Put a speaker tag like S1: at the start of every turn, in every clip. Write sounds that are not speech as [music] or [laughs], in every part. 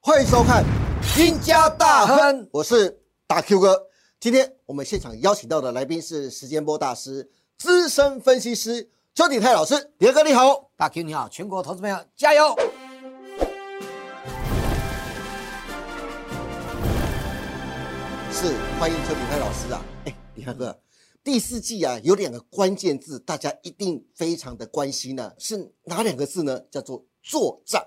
S1: 欢迎收看《赢家大亨》，我是大 Q 哥。今天我们现场邀请到的来宾是时间波大师、资深分析师邱鼎泰老师。鼎泰哥你好，
S2: 大 Q 你好，全哦国投资朋友加油！
S1: 是欢迎邱鼎泰老师啊。哎，鼎泰哥，第四季啊有两个关键字，大家一定非常的关心呢、是哪两个字呢？叫做做账。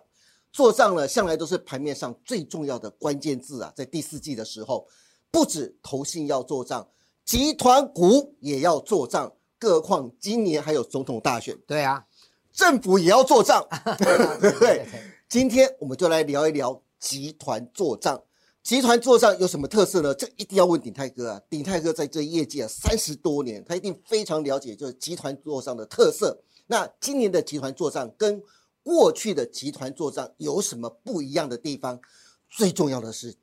S1: 做账呢，向来都是盘面上最重要的关键字啊。在第四季的时候，不止投信要做账，集团股也要做账，更何况今年还有总统大选，
S2: 对啊，
S1: 政府也要做账，对不对
S2: 对？
S1: 今天我们就来聊一聊集团做账。集团做账有什么特色呢？这一定要问鼎泰哥啊！鼎泰哥在这业界啊三十多年，他一定非常了解就是集团做账的特色。那今年的集团做账跟过去的集团做账有什么不一样的地方？最重要的是，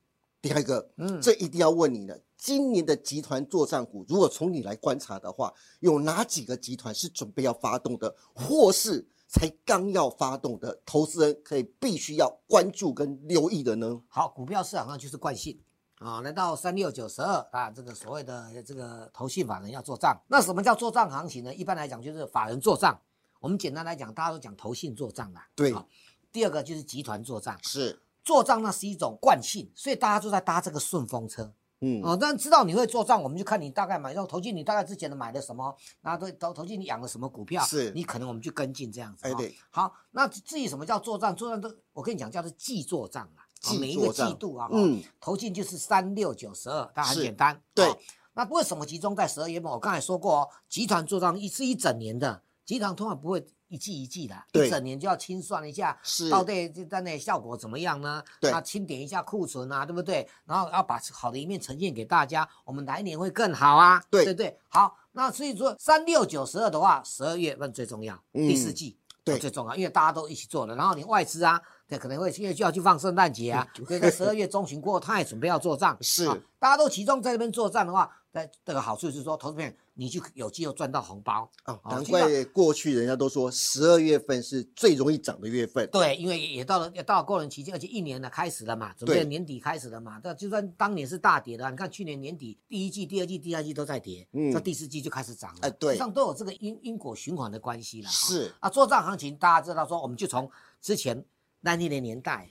S1: 鼎泰哥，嗯，
S2: 嗯
S1: 这一定要问你了。今年的集团做账股，如果从你来观察的话，有哪几个集团是准备要发动的，或是才刚要发动的？投资人可以必须要关注跟留意的呢？
S2: 好，股票市场上就是惯性啊，来到三六九十二啊，这个所谓的这个投信法人要做账，那什么叫做账行情呢？一般来讲就是法人做账，我们简单来讲，大家都讲投信做账啦。
S1: 对
S2: 好第二个就是集团做账，
S1: 是，
S2: 做账那是一种惯性，所以大家都在搭这个顺风车。
S1: 嗯，
S2: 哦，但知道你会做账，我们就看你大概买到投进你大概之前的买了什么，然后投投投进你养了什么股票，
S1: 是
S2: 你可能我们去跟进这样子。
S1: 哎
S2: 哦
S1: 对。
S2: 好，那至于什么叫做账，做账都我跟你讲叫做季做账啊，哦
S1: 季
S2: 每一
S1: 做
S2: 个季
S1: 账
S2: 度啊，
S1: 嗯
S2: 嗯，投进就是三六九十二，它很
S1: 是
S2: 简单。
S1: 对
S2: 哦那为什么集中在十二月份？我刚才说过哦，集团做账一是一整年的，集团通常不会一季一季的，
S1: 对
S2: 一整年就要清算一下，
S1: 是
S2: 到底这单的效果怎么样呢？
S1: 对
S2: 那清点一下库存啊，对不对？然后要把好的一面呈现给大家，我们来年会更好啊，
S1: 对
S2: 对不对？好，那所以说三六九十二的话，十二月份最重要，
S1: 嗯
S2: 第四季。
S1: 对
S2: 最重要，因为大家都一起做了，然后你外资啊，对，可能会因为就要去放圣
S1: [laughs]
S2: 诞节啊，所以在十二月中旬过后，他也准备要做账，
S1: 是
S2: 啊大家都集中在这边做账的话，那这个好处就是说，投资朋友你就有机会赚到红包，
S1: 啊，
S2: 哦
S1: 难
S2: 这个
S1: 怪过去人家都说十二月份是最容易涨的月份。
S2: 对，因为也到了也到了过年期间，而且一年呢开始了嘛，准备
S1: 对
S2: 年底开始了嘛。那就算当年是大跌的啊，你看去年年底第一季、第二季、第三季都在跌，
S1: 嗯
S2: 到第四季就开始涨了。
S1: 哎对
S2: 实际上都有这个因因果循环的关系了。哈
S1: 是
S2: 啊，做账行情大家知道说，我们就从之前那一年年代，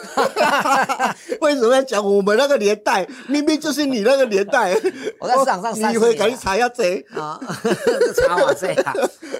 S1: [laughs] 为什么要讲我们那个年代？明明就是你那个年代。
S2: [laughs]
S1: 哦
S2: 我在市场上30
S1: 你会
S2: 年
S1: 赶紧
S2: 了
S1: 查一下贼。
S2: 啊， [laughs] 这查瓦这样，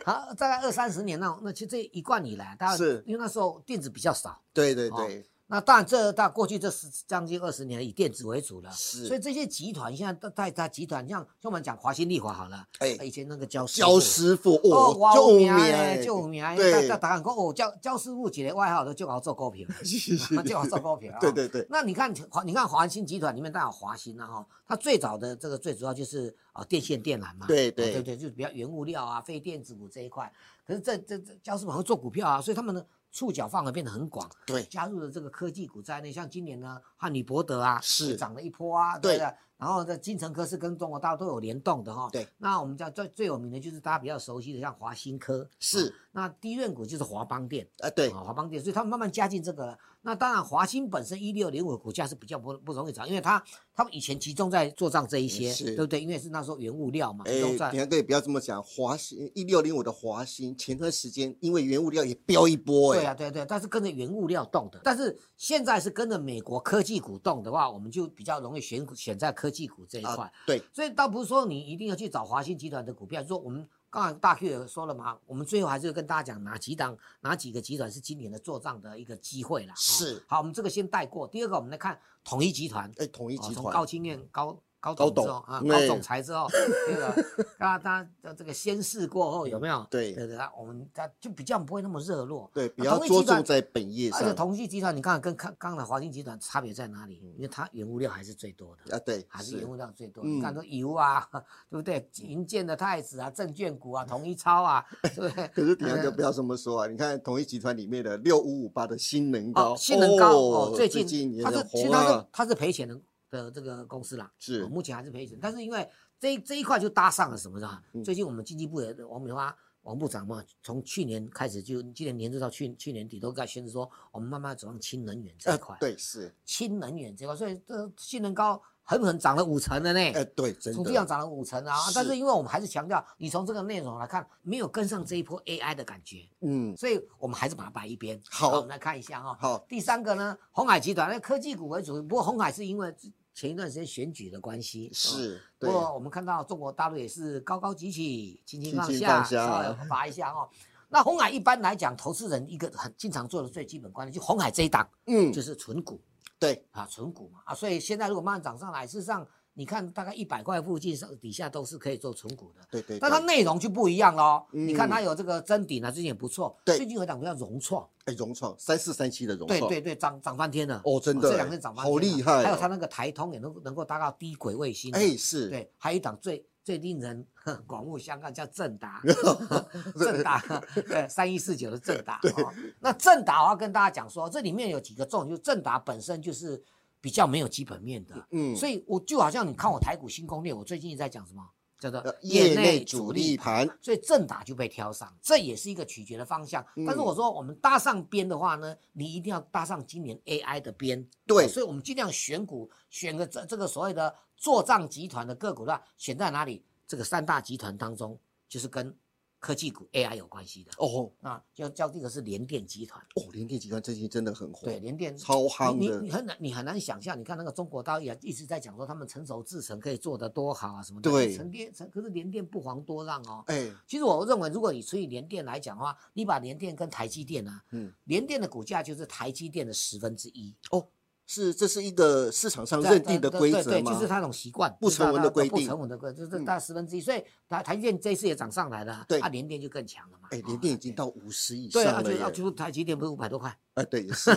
S2: 好，大概二三十年那种，那其实这一贯以来，大家
S1: 是
S2: 因为那时候电子比较少，
S1: 对对
S2: 哦
S1: 对，
S2: 那当然这，大过去这十将近二十年以电子为主了，
S1: 是
S2: 所以这些集团现在都在它集团，像像我们讲华新丽华好了，
S1: 哎
S2: 以前那个教师
S1: 焦
S2: 傅
S1: 师傅
S2: 哦，
S1: 哦，
S2: 救
S1: 救
S2: 命
S1: 命
S2: 哎，
S1: 欸！
S2: 救命哎！
S1: 对
S2: 大，大家讲哦，教教师傅一个外号都就好做股票，
S1: 是 [laughs] 是
S2: 就好做股票啊。
S1: 对对对，
S2: 那你看华，你看华兴集团里面当然有华兴啦哈，它最早的这个最主要就是啊电线电缆嘛，
S1: 对
S2: 哦
S1: 对
S2: 对对，就是比较原物料啊、非电子股这一块。可是这这这教师们会做股票啊，所以他们的触角范围变得很广，
S1: 对
S2: 加入了这个科技股在内，像今年呢，汉尼伯德啊
S1: 是
S2: 也涨了一波啊，
S1: 对
S2: 对不对？然后这金城科是跟中国大陆都有联动的哈、
S1: 对，
S2: 那我们讲最最有名的就是大家比较熟悉的，像华新科
S1: 是
S2: 哦那低润股就是华邦电。
S1: 啊，对
S2: 啊、，华邦电，所以他们慢慢加进这个了。那当然，华兴本身一六零五股价是比较不不容易涨，因为它他们以前集中在做账这一些，
S1: 嗯是
S2: 对不对？因为是那时候原物料嘛，集中
S1: 哎，
S2: 在
S1: 你看，哥也不要这么讲。华兴一六零五的华兴，前段时间因为原物料也飙一波，
S2: 对
S1: 哎，
S2: 啊，对啊对啊，但是跟着原物料动的，但是现在是跟着美国科技股动的话，我们就比较容易选股选在科技股这一块。
S1: 啊，对，
S2: 所以倒不是说你一定要去找华兴集团的股票，说我们刚才大 Q 也说了嘛，我们最后还是跟大家讲哪几档哪几个集团是今年的做账的一个机会啦。哦
S1: 是
S2: 好，我们这个先带过。第二个，我们来看统一集团，
S1: 哎，统一集
S2: 哦从
S1: 团
S2: 高经验高高
S1: 高
S2: 董
S1: 董
S2: 之后啊，
S1: 嗯
S2: 高总裁之后，
S1: [laughs]
S2: 那个大家的这个先试过后有没有？
S1: 嗯对
S2: 对对，啊我们他就比较不会那么热络。
S1: 对，比
S2: 那
S1: 较
S2: 啊同一
S1: 着
S2: 集团
S1: 重在本业
S2: 而且
S1: 上
S2: 同济集团，你看跟刚刚才华兴集团差别在哪里？因为它原物料还是最多的，
S1: 啊，对，
S2: 还是
S1: 嗯是
S2: 原物料最多。
S1: 嗯
S2: 你看都油啊， [laughs] 对不对？银建的太子啊，证券股啊，统一超啊，对不对？
S1: 可是鼎泰哥不要这么说啊！你看统一集团里面的六五五八的新能高，
S2: 哦，性能高
S1: [laughs] 哦
S2: 哦，最
S1: 近
S2: 近
S1: 也
S2: 它是
S1: 很
S2: 其实
S1: 红
S2: 它是
S1: 啊，
S2: 它是赔钱的的这个公司啦，
S1: 是呃
S2: 哦目前还是赔钱，但是因为这一这一块就搭上了什么呢？
S1: 嗯
S2: 最近我们经济部也王美花王部长嘛，从去年开始就今年年初到去去年底都在宣示说，我们慢慢走向氢能源这一块。
S1: 呃，对，是，
S2: 氢能源这块，所以这氢能高狠狠涨了五成了呢。
S1: 哎，对，真
S2: 从这样
S1: 的，
S2: 涨了五成啊！
S1: 是
S2: 但是因为我们还是强调，你从这个内容来看，没有跟上这一波 AI 的感觉，
S1: 嗯，
S2: 所以我们还是把它摆一边。
S1: 好
S2: 我们来看一下哈、
S1: 好，
S2: 第三个呢，红海集团那科技股为主，不过红海是因为前一段时间选举的关系，哦
S1: 是，
S2: 不
S1: 对，
S2: 过我们看到中国大陆也是高高举起，轻轻放
S1: 轻轻
S2: 下，
S1: 放下
S2: 稍微拔一下哦。那红海一般来讲，投资人一个很经常做的最基本观念，就红海这一档
S1: 嗯
S2: 就，是纯股
S1: 对，
S2: 啊，纯股嘛啊，所以现在如果慢慢涨上来，事实上你看大概一百块附近上底下都是可以做纯股的，
S1: 对对，
S2: 但它
S1: 对
S2: 内容就不一样喽。
S1: 嗯
S2: 你看它有这个真顶啊，最近也不错，
S1: 对
S2: 最近有一档股叫融创，
S1: 哎，融创三四三七的融
S2: 对
S1: 创，
S2: 对对，涨涨翻天了。
S1: 哦，真
S2: 这
S1: 的
S2: 两
S1: 哎
S2: 天涨，翻天
S1: 好
S2: 了，
S1: 厉害哦，
S2: 还有它那个台通也能能够达到低轨卫星的，
S1: 哎，是，，
S2: 对，还有一档最最令人呵刮目相看，叫正达
S1: [laughs]
S2: 正达，对，三一四九的正
S1: [laughs]
S2: 达。哦、那正达我要跟大家讲说，这里面有几个重点，就正达本身就是比较没有基本面的，
S1: 嗯，
S2: 所以我就好像你看我台股新攻略，我最近一直在讲什么？叫做
S1: 呃业内主力盘，
S2: 所以正打就被挑上，这也是一个取决的方向。但是
S1: 嗯
S2: 我说我们搭上边的话呢，你一定要搭上今年 AI 的边。
S1: 对
S2: 哦所以我们尽量选股，选个这这个所谓的做账集团的个股的话，选在哪里？这个三大集团当中，就是跟科技股 AI 有关系的。
S1: 哦
S2: 啊，就叫这个是联电集团，
S1: 哦，联电集团最近真的很火，
S2: 对，联电
S1: 哦超夯
S2: 你你
S1: 的
S2: 你，很难，你很难想象，你看那个中国大陆也一直在讲说他们成熟制程可以做得多好啊什么的，
S1: 对
S2: 成电成可是联电不遑多让哦。
S1: 哎，
S2: 其实我认为，如果你除以联电来讲的话，你把联电跟台积电啊，
S1: 嗯，
S2: 联电的股价就是台积电的十分之一，
S1: 哦，是，这是一个市场上
S2: 对
S1: 认定的
S2: 对
S1: 规
S2: 对
S1: 则
S2: 对
S1: 吗？
S2: 就是它那种习惯，
S1: 不成文的规定嗯
S2: 就是它那种不成文的规定，就是大概十分之一，所以台台积电这一次也涨上来了，
S1: 对
S2: 啊，联电就更强了嘛。
S1: 哎，
S2: 哦
S1: 联电已经到五十以
S2: 对啊，
S1: 上
S2: 就
S1: 了
S2: 啊
S1: 耶，
S2: 就是台积电不是五百多块， [laughs]
S1: 哎，对，也是，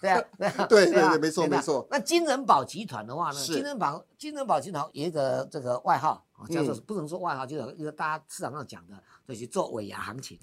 S2: 对啊，对
S1: [laughs] 对
S2: 啊，啊
S1: 对对没错
S2: 吧
S1: 没错
S2: 那金人宝集团的话呢，
S1: 是
S2: 金人宝金人宝集团有一个这个外号啊，叫做
S1: 嗯
S2: 不能说外号，就是有一个大家市场上讲的，就是做尾牙行情，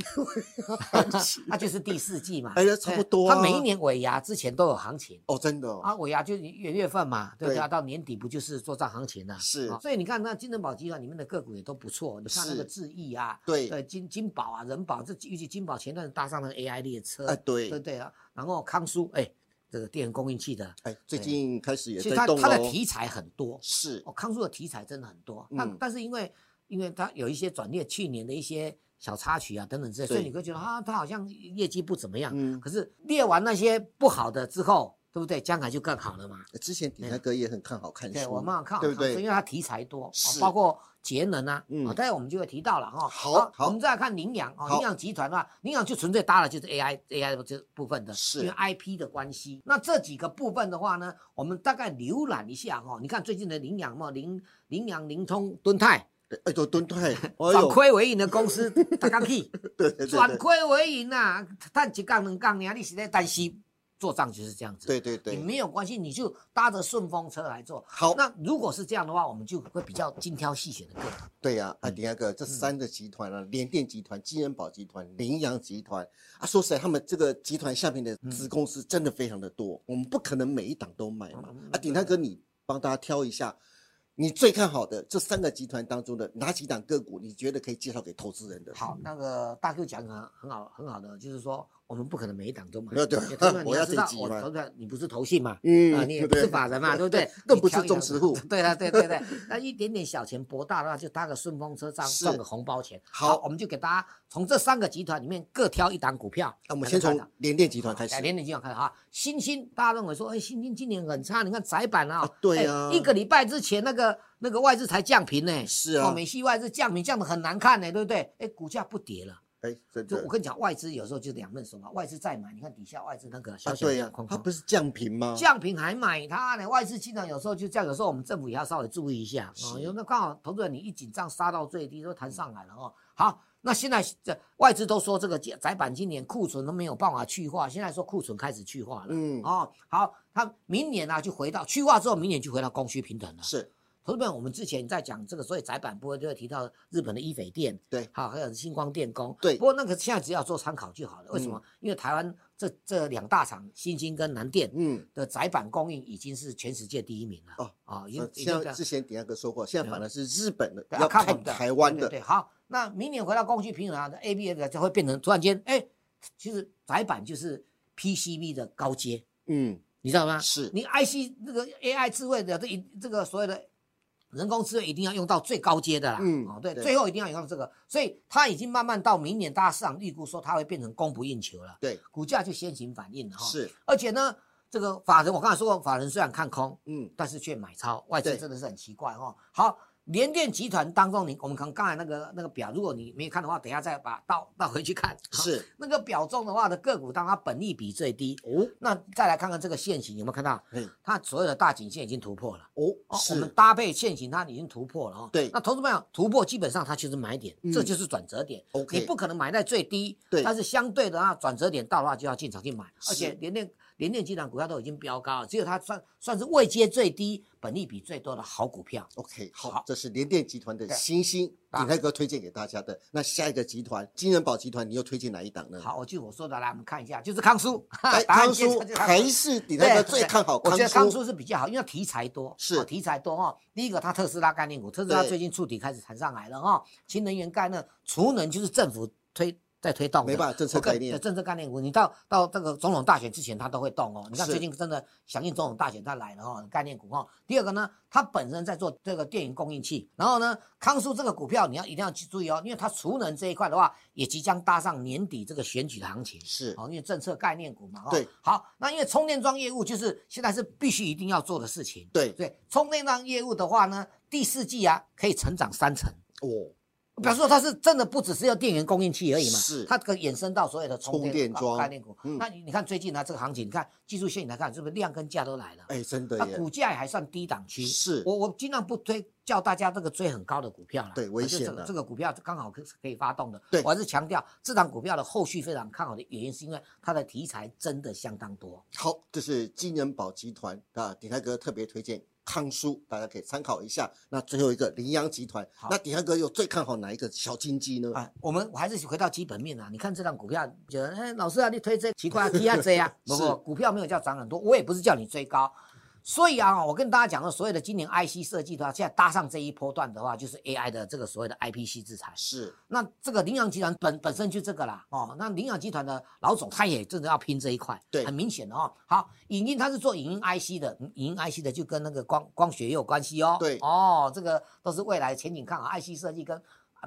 S2: 那就是第四季嘛，
S1: 哎那差不多啊
S2: 它每一年尾牙之前都有行情。
S1: 哦，真的哦，
S2: 啊，尾牙就是元月份嘛，对不对啊？
S1: 对
S2: 到年底不就是做账行情了、
S1: 是
S2: 啊所以你看，那金人宝集团里面的个股也都不错。你看那个
S1: 是
S2: 智易啊，
S1: 对，
S2: 对金金宝啊、人保，这预计金宝前段搭上了 AI 列车，
S1: 哎，对
S2: 对，对啊。然后康舒，哎，这个电源供应器的，
S1: 哎，最
S2: 对
S1: 近开始也在
S2: 其实它
S1: 动
S2: 它的
S1: 喽
S2: 题材很多，
S1: 是
S2: 哦，康舒的题材真的很多。那、
S1: 嗯
S2: 但是因为因为它有一些转业，去年的一些小插曲啊等等之类，所以
S1: 对
S2: 你会觉得啊，它好像业绩不怎么样。
S1: 嗯
S2: 可是列完那些不好的之后，对不对？将来就更好了嘛。
S1: 之前底泰哥也很看好看
S2: 对，
S1: 书，
S2: 我们要看好
S1: 对不
S2: 康舒因
S1: 对？
S2: 为它题材多，哦
S1: 是
S2: 包括节能啊，
S1: 嗯
S2: 啊，待会我们就会提到了哈。
S1: 好好
S2: 我们再来看羚羊哦，
S1: 好
S2: 羚羊集团的话，羚羊就纯粹搭了就是 AI AI 的这部分的，
S1: 是
S2: 因为 IP 的关系。那这几个部分的话呢，我们大概浏览一下哦哈。你看最近的羚羊嘛，羚羚羊、灵通、敦泰
S1: 对哎，都蹲
S2: [laughs]
S1: 泰，哎
S2: 转
S1: 呦，
S2: 亏为盈的
S1: [laughs]
S2: 公司，大刚 key
S1: 对对
S2: 转
S1: 对
S2: 亏为盈啊，但一杠能杠，你啊，你实在担心做账就是这样子。
S1: 对对对
S2: 你
S1: 对，
S2: 没有关系，你就搭着顺风车来做。
S1: 好，
S2: 那如果是这样的话，我们就会比较精挑细选的个股。
S1: 对呀，
S2: 嗯
S1: 啊，底泰哥这三个集团啊，联电集团、金人宝集
S2: 嗯
S1: 团、羚羊集团啊，说实在，他们这个集团下面
S2: 嗯
S1: 的子公司真的非常的多，我们不可能每一档都买嘛
S2: 嗯嗯。
S1: 啊，底泰哥，你帮大家挑一下。你最看好的这三个集团当中的哪几档个股，你觉得可以介绍给投资人的？
S2: 好，那个大 Q 讲很很好很好的，就是说我们不可能每一档都买。
S1: 没有对
S2: 因为投资人你
S1: 我要
S2: 知道
S1: 这一，集
S2: 我
S1: 嘛
S2: 投资人你不是投信嘛，
S1: 嗯
S2: 啊，你也
S1: 对
S2: 不
S1: 对
S2: 是法人
S1: [laughs]
S2: 嘛，对不对？
S1: 更
S2: 你
S1: 不是
S2: 挑一
S1: 中
S2: 档
S1: 实户
S2: [laughs] 对啊，对对对，
S1: [laughs]
S2: 那一点点小钱博大的话，就搭个顺风车赚
S1: 是
S2: 赚个红包钱。
S1: 好
S2: 我们就给大家从这三个集团里面各挑一档股票。
S1: 那我们先从联电集团开始
S2: 哎，。联点集团开始哈，新兴大家认为说，哎，新兴今年很差，你看窄板啊
S1: 啊，对
S2: 哎
S1: 啊
S2: 一个礼拜之前那个那个外资才降平呢，
S1: 是啊
S2: 哦美系外资降平降的很难看呢，对不对？哎，股价不跌了，
S1: 哎，真
S2: 就我
S1: 的
S2: 跟你讲，外资有时候就两面手法，外资再买，你看底下外资那个小
S1: 啊，
S2: 小
S1: 对呀
S2: 的框，
S1: 它
S2: 框
S1: 不，是降频吗？
S2: 降平还买它呢，外资经常有时候就这样，有时候我们政府也要稍微注意一下
S1: 是
S2: 哦，有那刚好投资人你一紧张杀到最低都弹上来了哦，好。那现在这外资都说这个窄板今年库存都没有办法去化，现在说库存开始去化了。
S1: 嗯，
S2: 啊哦，好，它明年呢、就回到去化之后，明年就回到供需平等了。
S1: 是
S2: 投资朋友，我们之前在讲这个，所以窄板部分就会提到日本的伊斐电，
S1: 对
S2: 好，还有星光电工，
S1: 对嗯
S2: 不过那个现在只要做参考就好了。为什么？因为台湾这这两大厂新兴跟南电
S1: 嗯，
S2: 的窄板供应已经是全世界第一名了。
S1: 哦
S2: 啊，已经
S1: 呃
S2: 已经这
S1: 像
S2: 样嗯
S1: 之前鼎泰哥说过，现在反而是日本的
S2: 对
S1: 要
S2: 啊看我
S1: 看
S2: 们
S1: 台湾
S2: 对
S1: 的
S2: 对，对好，那明年回到供需平衡啊，A B F 就会变成突然间，哎，其实窄板就是 P C B 的高阶，
S1: 嗯，
S2: 你知道吗？
S1: 是，
S2: 你 IC 那个 AI 智慧的这一这个所有的人工智慧一定要用到最高阶的啦，
S1: 嗯
S2: 哦对，
S1: 对
S2: 最后一定要用到这个，所以它已经慢慢到明年大家市场预估说它会变成供不应求了，
S1: 对，
S2: 股价就先行反应了哈、，
S1: 是，
S2: 而且呢，这个法人我刚才说过，法人虽然看空，
S1: 嗯，
S2: 但是却买超，外资
S1: 对
S2: 真的是很奇怪哦。好，联电集团当中你，我们看刚才那个那个表，如果你没有看的话，等一下再把倒倒回去看。
S1: 是，
S2: 那个表中的话呢，个股当它本利比最低，
S1: 哦，
S2: 那再来看看这个线型有没有看到，
S1: 嘿，
S2: 它所有的大颈线已经突破了。
S1: 哦，
S2: 哦，我们
S1: 是，
S2: 搭配线型，它已经突破了哦。
S1: 对
S2: 那投资朋友突破基本上它就是买点，
S1: 嗯
S2: 这就是转折点。
S1: OK
S2: 你不可能买在最低，
S1: 对
S2: 但是相对的啊，转折点到的话就要进场去买，
S1: 是
S2: 而且联电联电集团股票都已经飙高了，只有它算算是位阶最低、本利比最多的好股票。
S1: OK，好
S2: 好，
S1: 这是联电集团的
S2: 对
S1: 新兴，
S2: 啊
S1: 鼎泰哥推荐给大家的。那下一个集团金人宝集团，你又推荐哪一档呢？，
S2: 好，我就我说的来，我们看一下，就是康叔，
S1: 哎，
S2: [laughs] 答案
S1: 康
S2: 揭
S1: 叔
S2: 晓就是
S1: 还是鼎泰
S2: 对，
S1: 哥最看好
S2: 我
S1: 哦康
S2: 觉得康
S1: 叔，
S2: 叔是比较好，因为题材多，
S1: 是
S2: 哦题材多哈、哦。第一个，它特斯拉概念股，特斯拉
S1: 对
S2: 最近触底开始弹上来了哈、哦。新能源概念，储能就是政府推在推动的，
S1: 没办法政策
S2: 我跟
S1: 概念
S2: 对政策概念股，你到到这个总统大选之前，它都会动哦。你看
S1: 是
S2: 最近真的响应总统大选，它来了哦，概念股哦。第二个呢，它本身在做这个电源供应器，然后呢，康叔这个股票你要一定要去注意哦，因为它储能这一块的话，也即将搭上年底这个选举的行情。
S1: 是
S2: 哦，因为政策概念股嘛，哦，
S1: 对，
S2: 好，那因为充电桩业务就是现在是必须一定要做的事情，
S1: 对，
S2: 对，充电桩业务的话呢，第四季啊可以成长三成，
S1: 哦，
S2: 表示说它是真的不只是要电源供应器而已嘛，
S1: 是
S2: 它可以衍生到所有的充
S1: 充电桩
S2: 概念股。
S1: 嗯
S2: 那你你看最近啊呢这个行情，你看技术线你来看，是不是量跟价都来了？
S1: 哎，真的
S2: 那
S1: 耶，
S2: 股价也还算低档区，
S1: 是
S2: 我我尽量不推叫大家这个追很高的股票了，
S1: 对危
S2: 我就
S1: 险
S2: 这个
S1: 了
S2: 这个股票刚好可是可以发动的，
S1: 对
S2: 我还是强调这档股票的后续非常看好的原因，是因为它的题材真的相当多。
S1: 好，这是金人宝集团啊，鼎泰哥特别推荐康叔，大家可以参考一下。那最后一个羚羊集团
S2: 好，
S1: 那鼎泰哥又最看好哪一个小金鸡呢？
S2: 啊，我们我还是回到基本面啊。你看这档股票，觉得哎，老师啊，你推这奇怪啊，提下这
S1: [laughs]
S2: 啊，不
S1: 是
S2: 不，股票没有叫涨很多，我也不是叫你追高。所以啊，我跟大家讲了，所有的今年 IC 设计的话，现在搭上这一波段的话，就是 AI 的这个所谓的 IPC 制裁。
S1: 是
S2: 那这个羚羊集团本本身就这个啦，哦，那羚羊集团的老总他也真的要拼这一块，
S1: 对
S2: 很明显的哦。好，影音他是做影音 IC 的，嗯影音 IC 的就跟那个光光学也有关系哦，
S1: 对
S2: 哦，这个都是未来前景看好，IC 设计跟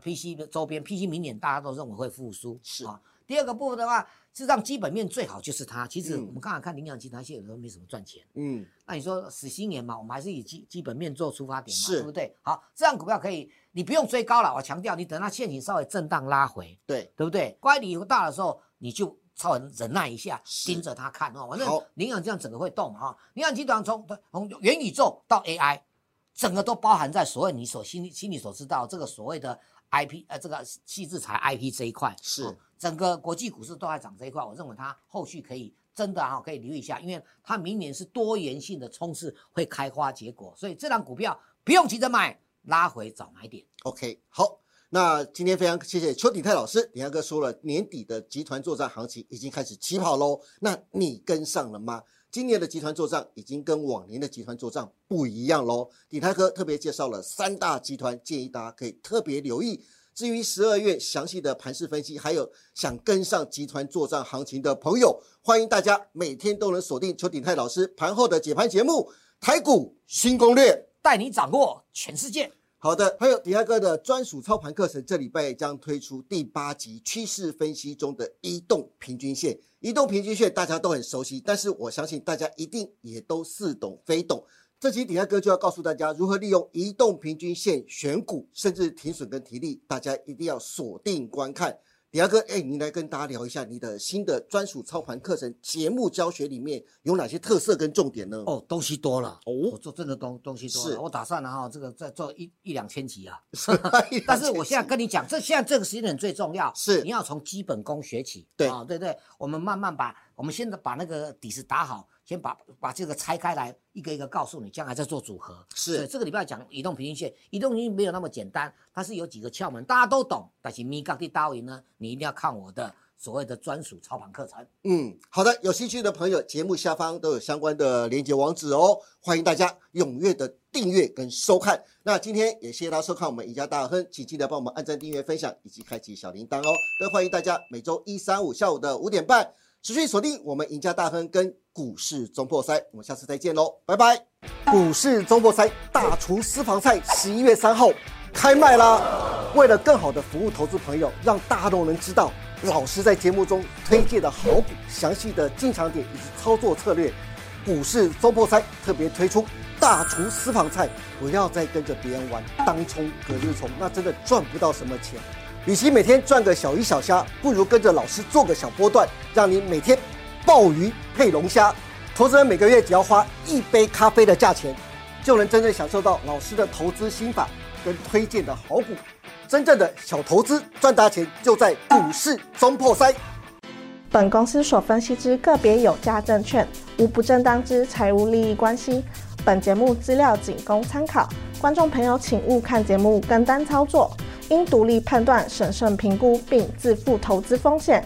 S2: PC 的周边，PC 明年大家都认为会复苏，
S1: 是
S2: 啊。第二个部分的话，事实上基本面最好就是它。其实
S1: 嗯
S2: 我们刚才看羚羊集团现在有时候没什么赚钱，
S1: 嗯，
S2: 那你说死新年嘛，我们还是以基基本面做出发点嘛，
S1: 是
S2: 对不对？好，这样股票可以，你不用追高了。我强调，你等它现行稍微震荡拉回，
S1: 对，
S2: 对不对？乖离大的时候，你就稍微忍耐一下，
S1: 是
S2: 盯着它看哦。反
S1: 好
S2: 正领养这样整个会动嘛哈。领养集团从从元宇宙到 AI，整个都包含在所谓你所心里心里所知道这个所谓的 IP 呃这个细制裁 IP 这一块
S1: 是
S2: 哦整个国际股市都在涨这一块，我认为它后续可以真的哈、可以留意一下，因为它明年是多元性的冲刺会开花结果，所以这档股票不用急着买，拉回早买点。
S1: OK，好，那今天非常谢谢邱鼎泰老师，鼎泰哥说了，年底的集团作战行情已经开始起跑喽，那你跟上了吗？今年的集团作战已经跟往年的集团作战不一样喽。鼎泰哥特别介绍了三大集团，建议大家可以特别留意。至于十二月详细的盘势分析，还有想跟上集团作战行情的朋友，欢迎大家每天都能锁定邱鼎泰老师盘后的解盘节目《台股新攻略》。
S2: 带你掌握全世界。
S1: 好的，还有迪亚哥的专属操盘课程，这礼拜将推出第八集趋势分析中的移动平均线。移动平均线大家都很熟悉，但是我相信大家一定也都似懂非懂。这期底下哥就要告诉大家如何利用移动平均线选股，甚至停损跟提利，大家一定要锁定观看。底下哥，哎，你来跟大家聊一下你的新的专属操盘课程节目教学里面有哪些特色跟重点呢？ [laughs]
S2: 哦，东西多了，
S1: 哦
S2: 我做真的东东西多
S1: 是
S2: 了。我打算然后这个再做一一两千集啊。
S1: 哎呀
S2: [laughs] 但是我现在跟你讲，这现在这个时间点最重要，
S1: 是
S2: 你要从基本功学起。
S1: 对
S2: 啊，对对，我们慢慢把我们现在把那个底子打好，先把把这个拆开来，一个一个告诉你，将来再做组合。
S1: 是
S2: 所以这个礼拜讲移动平均线，移动平均没有那么简单，它是有几个窍门，大家都懂，但是咪高的刀赢呢，你一定要看我的所谓的专属操盘课程。
S1: 嗯，好的，有兴趣的朋友，节目下方都有相关的连接网址哦，欢迎大家踊跃的订阅跟收看。那今天也谢谢大家收看我们赢家大亨，请记得帮我们按赞、订阅、分享以及开启小铃铛哦。那欢迎大家每周一、三、五下午的五点半持续锁定我们赢家大亨跟股市中破塞，我们下次再见喽，拜拜。股市中破塞大厨私房菜十一月三号开卖啦！为了更好的服务投资朋友，让大众能知道老师在节目中推荐的好股、详细的进场点以及操作策略，股市中破塞特别推出大厨私房菜，不要再跟着别人玩当冲、隔日冲，那真的赚不到什么钱。与其每天赚个小鱼小虾，不如跟着老师做个小波段，让你每天鲍鱼配龙虾。投资人每个月只要花一杯咖啡的价钱，就能真正享受到老师的投资心法跟推荐的好股。真正的小投资赚大钱，就在股市中破塞。
S3: 本公司所分析之个别有价证券，无不正当之财务利益关系。本节目资料仅供参考，观众朋友请勿看节目跟单操作，应独立判断、审慎评估并自负投资风险。